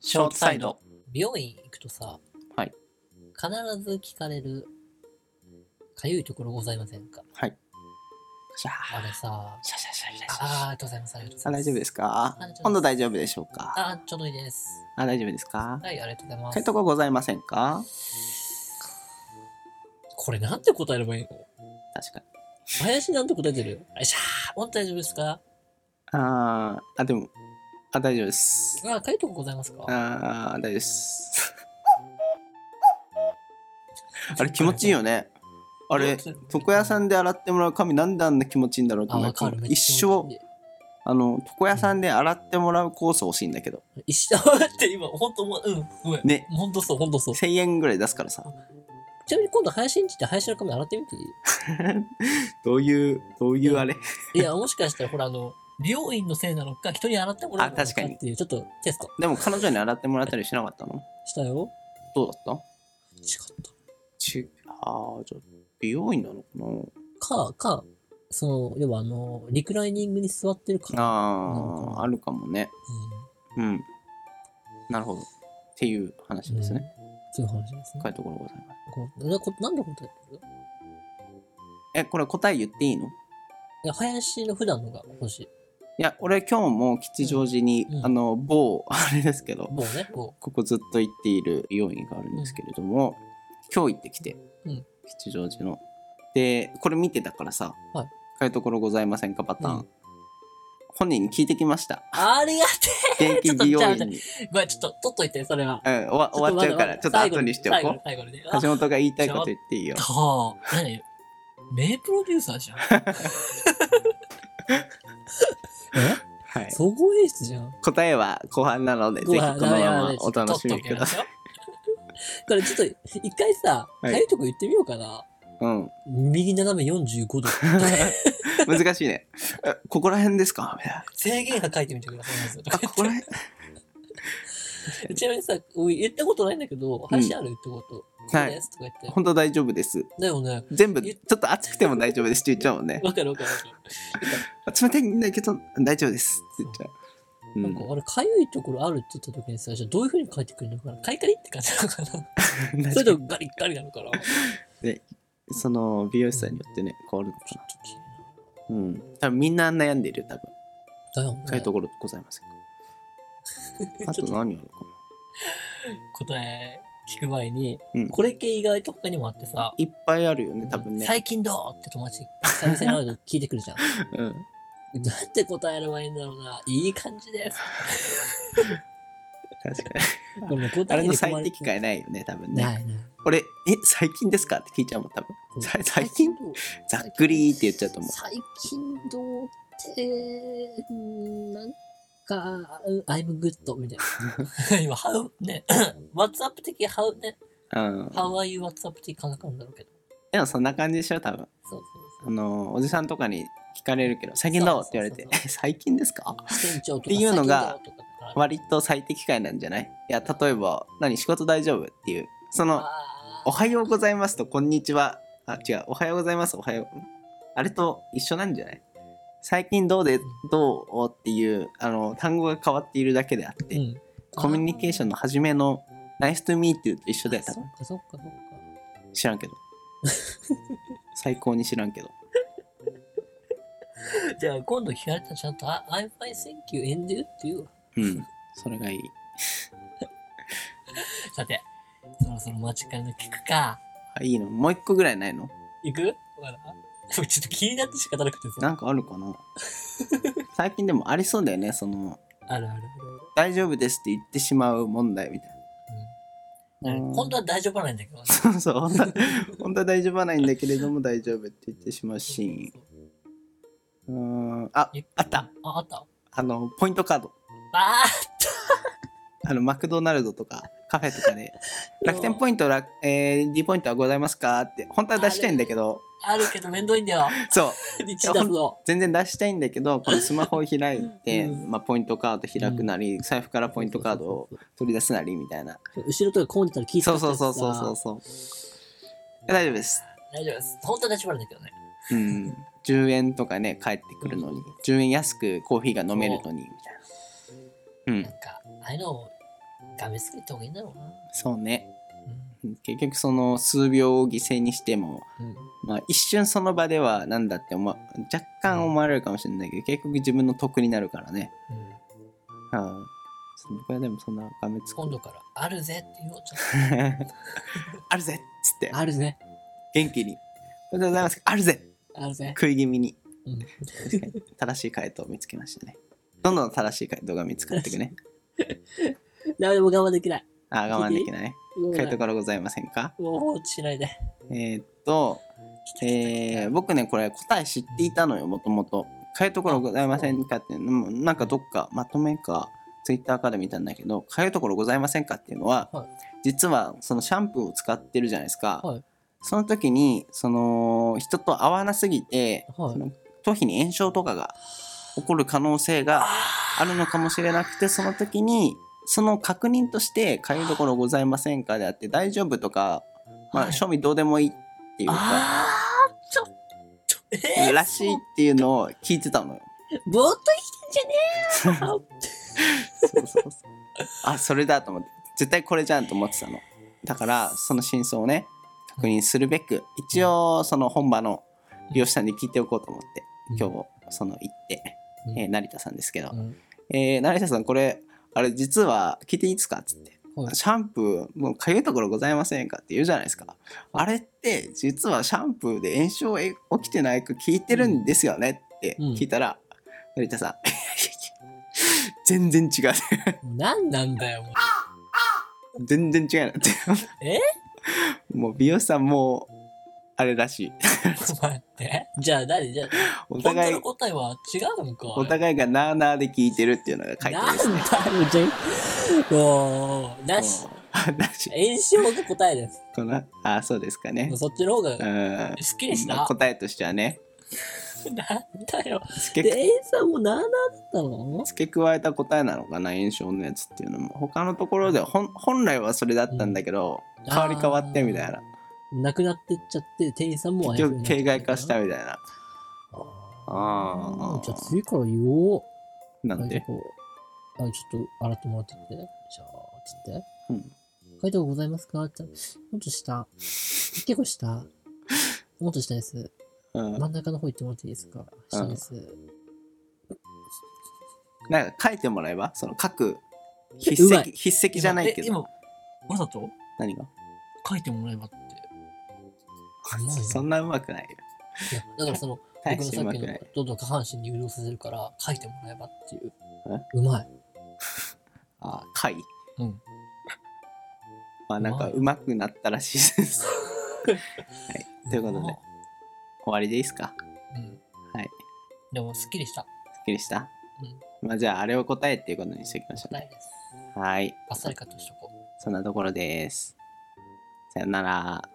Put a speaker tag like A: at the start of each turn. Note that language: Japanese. A: ショートサイド。
B: 美容院行くとさ、
A: はい
B: 必ず聞かれる、かゆいところございませんか
A: シャ
B: あ
A: ー
B: れさ、
A: シャシャシャシャシャ。
B: ああ、ありがとうございます。ありがとうござ
A: あ
B: いま
A: 大
B: す。
A: 丈夫ですか
B: あ大丈夫です
A: 今度大丈夫でしょうか
B: ああ、ちょうどいいです。
A: あ、大丈夫ですか
B: はい、ありがとうござい
A: か
B: ま
A: ゆい。
B: す
A: とこございませんか
B: これなんて答えればいいの
A: 確かに。
B: 林なんて答えてるあれしゃー、本当大丈夫ですか
A: あー、あ、でも、あ、大丈夫です。
B: ああ、かゆいとこございますか
A: あー、大丈夫 です。あれ気持ちいいよね。あれ、床屋さ
B: ん
A: んで洗ってもらう髪なんであんな気持ちいいんだろうと
B: あ、
A: 思
B: わ
A: う
B: かる。めっちゃ
A: 一生、あの、床屋さんで洗ってもらうコース欲しいんだけど、
B: 一生待って、今、ほんと、もううん、ごめん。
A: ね。
B: ほんとそう、ほんとそう。
A: 1000円ぐらい出すからさ。
B: ちなみに今度、林んちって林の髪洗ってみていい
A: どういう、どういうあれ
B: いや、もしかしたら、ほら、あの、美容院のせいなのか、人に洗ってもらうのか
A: あ
B: っ
A: 確かに
B: ていう、ちょっとテスト
A: でも彼女に洗ってもらったりしなかったの
B: したよ。
A: どうだった
B: 違った。
A: ちああ、じゃあ、美容院なのか
B: か、か、その、要は、あの、リクライニングに座ってるから。
A: な
B: うん
A: あ
B: うん
A: あ、あるかもね。うん。なるほど。っていう話ですね。。
B: うんそういう話ですね
A: 深。いところございます。
B: こうなこなんで答えてる
A: え、これ答え言っていいのい
B: いや、林の普段のが欲しい。
A: や、俺今日も吉祥寺に、
B: うんうん
A: あの、某、 あれですけど、
B: もうね、も
A: ここずっと行っている美容院があるんですけれども、今日行ってきて、
B: うん
A: 吉祥寺の。で、これ見てたからさ、
B: はい
A: 深いところございませんかパターン。
B: うん
A: 本人に聞いてきま した。
B: う。ありがて
A: 元気美容院に。
B: え。ごめん、ちょっと、取っといて、それは。
A: うん、終わ終わっちゃうから、ちょっと
B: 最後
A: 後にしておこう。
B: 最後に最後にね。 あ
A: 橋本が言いたいこと言っていいよ。
B: はあ、何名プロデューサーじゃん。え
A: はい。
B: 総合演出じゃん。
A: 答えは後半なので、ぜひ
B: ご
A: こ
B: 飯
A: のままお楽しみください。
B: い。これちょっと、一回
A: は
B: さ、か
A: い
B: ゆいとこ言ってみようかな。
A: うん。
B: 右斜め45度。
A: 難しいね。えここら辺ですかみたいな
B: 制限が書いてみてくださいまず
A: あ、 ここら辺。
B: ちなみにさ、俺言ったことないんだけど、話ある言ったこと。こうですとか言って。
A: 本当大丈夫です。
B: だよね。
A: 全部、ちょっと熱くても大丈夫ですって言っちゃうもんね。
B: わかるわかるわか
A: 冷たいんだけど、大丈夫ですって言っちゃう。
B: る。
A: う
B: なん
A: ん
B: か、 あれ、かゆいところあるって言った時にさ、じゃあどういう風に書いてくるのかなカリカリって感じなのかなそれともガリッガリなのかなちょっ
A: その美容師さんによってね、変わるのかな。
B: と気になる
A: うん。多分みんな悩んでるよ、多分。
B: だよね。
A: 深いところございません か。あと何あるかな。
B: 答え聞く前に、
A: うん
B: これ系意外と他にもあってさ、
A: いっぱいあるよね、多分ね。
B: 最近どうって友達、久々に会うと聞いてくるじゃん。
A: うん。
B: どうやって答えればいいんだろうな。いい感 じです。
A: 確かに。
B: でも答
A: あれ
B: え
A: の
B: に
A: 最
B: 困る
A: 適解ないよね、多分ね。
B: ないない。
A: 俺、え、最近ですかって聞いちゃうもん、多分。さ最近
B: どう
A: ざっくりーって言っちゃうと思う。
B: 最近どうって、うーんなんか、うん I'm good みたい な。今、How、ね、WhatsApp 的 How ね、
A: うん。
B: How are you WhatsApp 的感覚なんだろうけど。
A: でもそんな感じでしょ、多分。
B: そう
A: あ
B: そう
A: の、おじさんとかに聞かれるけど、最近どうって言われて
B: そう、そう
A: え、最近ですか
B: そう。店長とか
A: っていうのが
B: 最近どうとかだから
A: 割と最適解なんじゃないいや、例えば、何、仕事大丈夫っていう。その、
B: あー
A: おはようございますと、こんにちは。あ、違う、おはようございます、おはよう。あれと一緒なんじゃない最近どうで、どうっていう、あの、単語が変わっているだけであって、
B: うん
A: コミュニケーションの初めの「Nice to meet you」と一緒だよ多
B: そっ
A: 分
B: かそっかそっか。
A: 知ら んけど最高に知らんけど
B: じゃあ今度聞かれたらちゃんとあ I'm fine, thank you, and you って言うわ。
A: うん それがいい
B: さて、そろそろ間近の聞くか。
A: あいいのもう一個ぐらいないの
B: 行くわからんちょっと気になって仕方なくて
A: な
B: さ。
A: んかあるか な最近でもありそうだよねその
B: あるあるある
A: 「大丈夫です」って言ってしまう問題みたい
B: ある。
A: う
B: うんん。本当は大丈夫なんだけどね。
A: な そうそう本当は 本当は大丈夫はないんだけれども大丈夫って言ってしまうシーンうーんあ
B: え
A: あった。
B: あ、あった。
A: あのポイントカード
B: あ
A: あのマクドナルドとかカフェとかで楽天ポイント、楽えー、D ポイントはございますかって、本当は出したいんだけど、
B: ーあるけどめんどいん だよ。
A: そう、
B: 一出すの。
A: 全然出したいんだけど、このスマホを開いて、
B: う
A: まあ、ポイントカード開くなり、財布からポイントカードを
B: そうそう
A: 取り出すなりみたいな。
B: そうそう。後ろとかこうにたら聞いて
A: そうそうそうそうそう
B: う。
A: そう。大丈夫です。
B: 大丈夫です。本当は大丈夫なんだけどね。
A: うん。10円とかね、帰ってくるのに、10円安くコーヒーが飲めるのに、みたいな。うん
B: なん。か、ああいうのを画面作った方がいいんだろうな。
A: そうね。結局その数秒を犠牲にしても、
B: うん。うん
A: まあ、一瞬その場ではなんだって思わ若干思われるかもしれないけど結局自分の得になるからね。
B: うん
A: うん。僕はでもそんな画面作
B: 今
A: る。
B: 度から、あるぜって言おう。ちょっ
A: あるぜっつって
B: とあるぜ。
A: 元気に。おはようございます。あるぜ
B: あるぜ。
A: 食い気味に。
B: うん。
A: 確かに正しい回答を見つけましたね。どんどん正しい回答が見つかっていくね。
B: ダメでも我慢できない。
A: あー我慢できない。
B: もう
A: 回答からございませんか
B: もう放置しないで。
A: えーっと、えー僕ね、これ答え知っていたのよ、もともと。変えところございませんかっていうのも、なんかどっかまとめか、ツイッターかで見たんだけど、変えところございませんかっていうのは、
B: はい
A: 実はそのシャンプーを使ってるじゃないですか。
B: はい
A: その時に、その、人と合わなすぎて、
B: はい
A: その頭皮に炎症とかが起こる可能性が
B: あ
A: あるのかもしれなくて、その時に、その確認として、かゆいところございませんかであって、大丈夫とか、まあ、
B: はい
A: 庶民どうでもいいっていうか、
B: あーちょ、ちょ、えー、
A: らしいっていうのを聞いてたのよ。
B: ぼーっと生 きてんじゃねえよ
A: そうそうそう。あ、それだと思って、絶対これじゃんと思ってたの。だから、その真相をね、確認するべく、一応、その本場の美容師さんに聞いておこうと思って、今日、その行って、
B: うん
A: えー成田さんですけど
B: う、ん
A: えー成田さん、これ、あれ、実は聞いていいですかっつって。
B: はい
A: シャンプー、もうかゆいところございませんかって言うじゃないですか。あれって、実はシャンプーで炎症え起きてないか聞いてるんですよねって聞いたら、成田さん、全然違う。
B: 何なんだよ、もう。
A: 全然違うなって。
B: え
A: もう美容師さんも、あれらしい。
B: ちょっと待って。じゃあ何じゃあ、
A: お
B: 本当
A: 互い
B: の、答えは違うんかい。
A: お互いがなーなーで聞いてるっていうのが書いてあ
B: な
A: るん
B: んだ
A: ですね。
B: よ、じゃん。もう、なし。
A: うんなし。
B: 演習が答えです。
A: この、あ、そうですかね
B: もう。そっちの方が
A: う
B: 好
A: ん。
B: きでし
A: まあ
B: た。
A: 答えとしてはね
B: なんだよ。
A: 付
B: で、
A: け
B: 演奏もなあなあだったの
A: 付け加えた答えなのかな炎症のやつっていうのも他のところでほん本来はそれだったんだけど、
B: うん
A: 変わり変わってみたいな
B: なくなってっちゃって、店員さんも
A: 結局形骸化した
B: あ
A: みたいな
B: あ
A: あ
B: ー。
A: ー
B: じゃあ次から言おう。
A: なんで
B: こうあ、ちょっと洗ってもらってって。じゃあ、つって。
A: うん
B: 書いてございますかって。もっと下。結構下。もっと下です。
A: うん、
B: 真ん中の方行ってもらっていいですか下です。
A: なんか書いてもらえばその書く筆
B: うまい
A: 跡筆跡じゃないけど
B: 今、わざと
A: 何が
B: 書いてもらえばって。うまいな
A: そんなうまくないよ
B: いや、だからその、
A: 大
B: 僕の
A: して
B: さ
A: う
B: っ
A: ま
B: き
A: く
B: の
A: ない
B: どんどん下半身に誘導させるから、書いてもらえばっていう。うまい。
A: あー貝
B: うん
A: まあなんかうまくなったらしい です、はい、ということで終わりでいいですか
B: うん。
A: はい
B: でも、すっきりした。
A: すっきりした、まあじゃああれを答えっていうことにしておきましょう
B: 答
A: ね
B: えです。
A: はい
B: あっさりカットしとこう。
A: そんなところですさよなら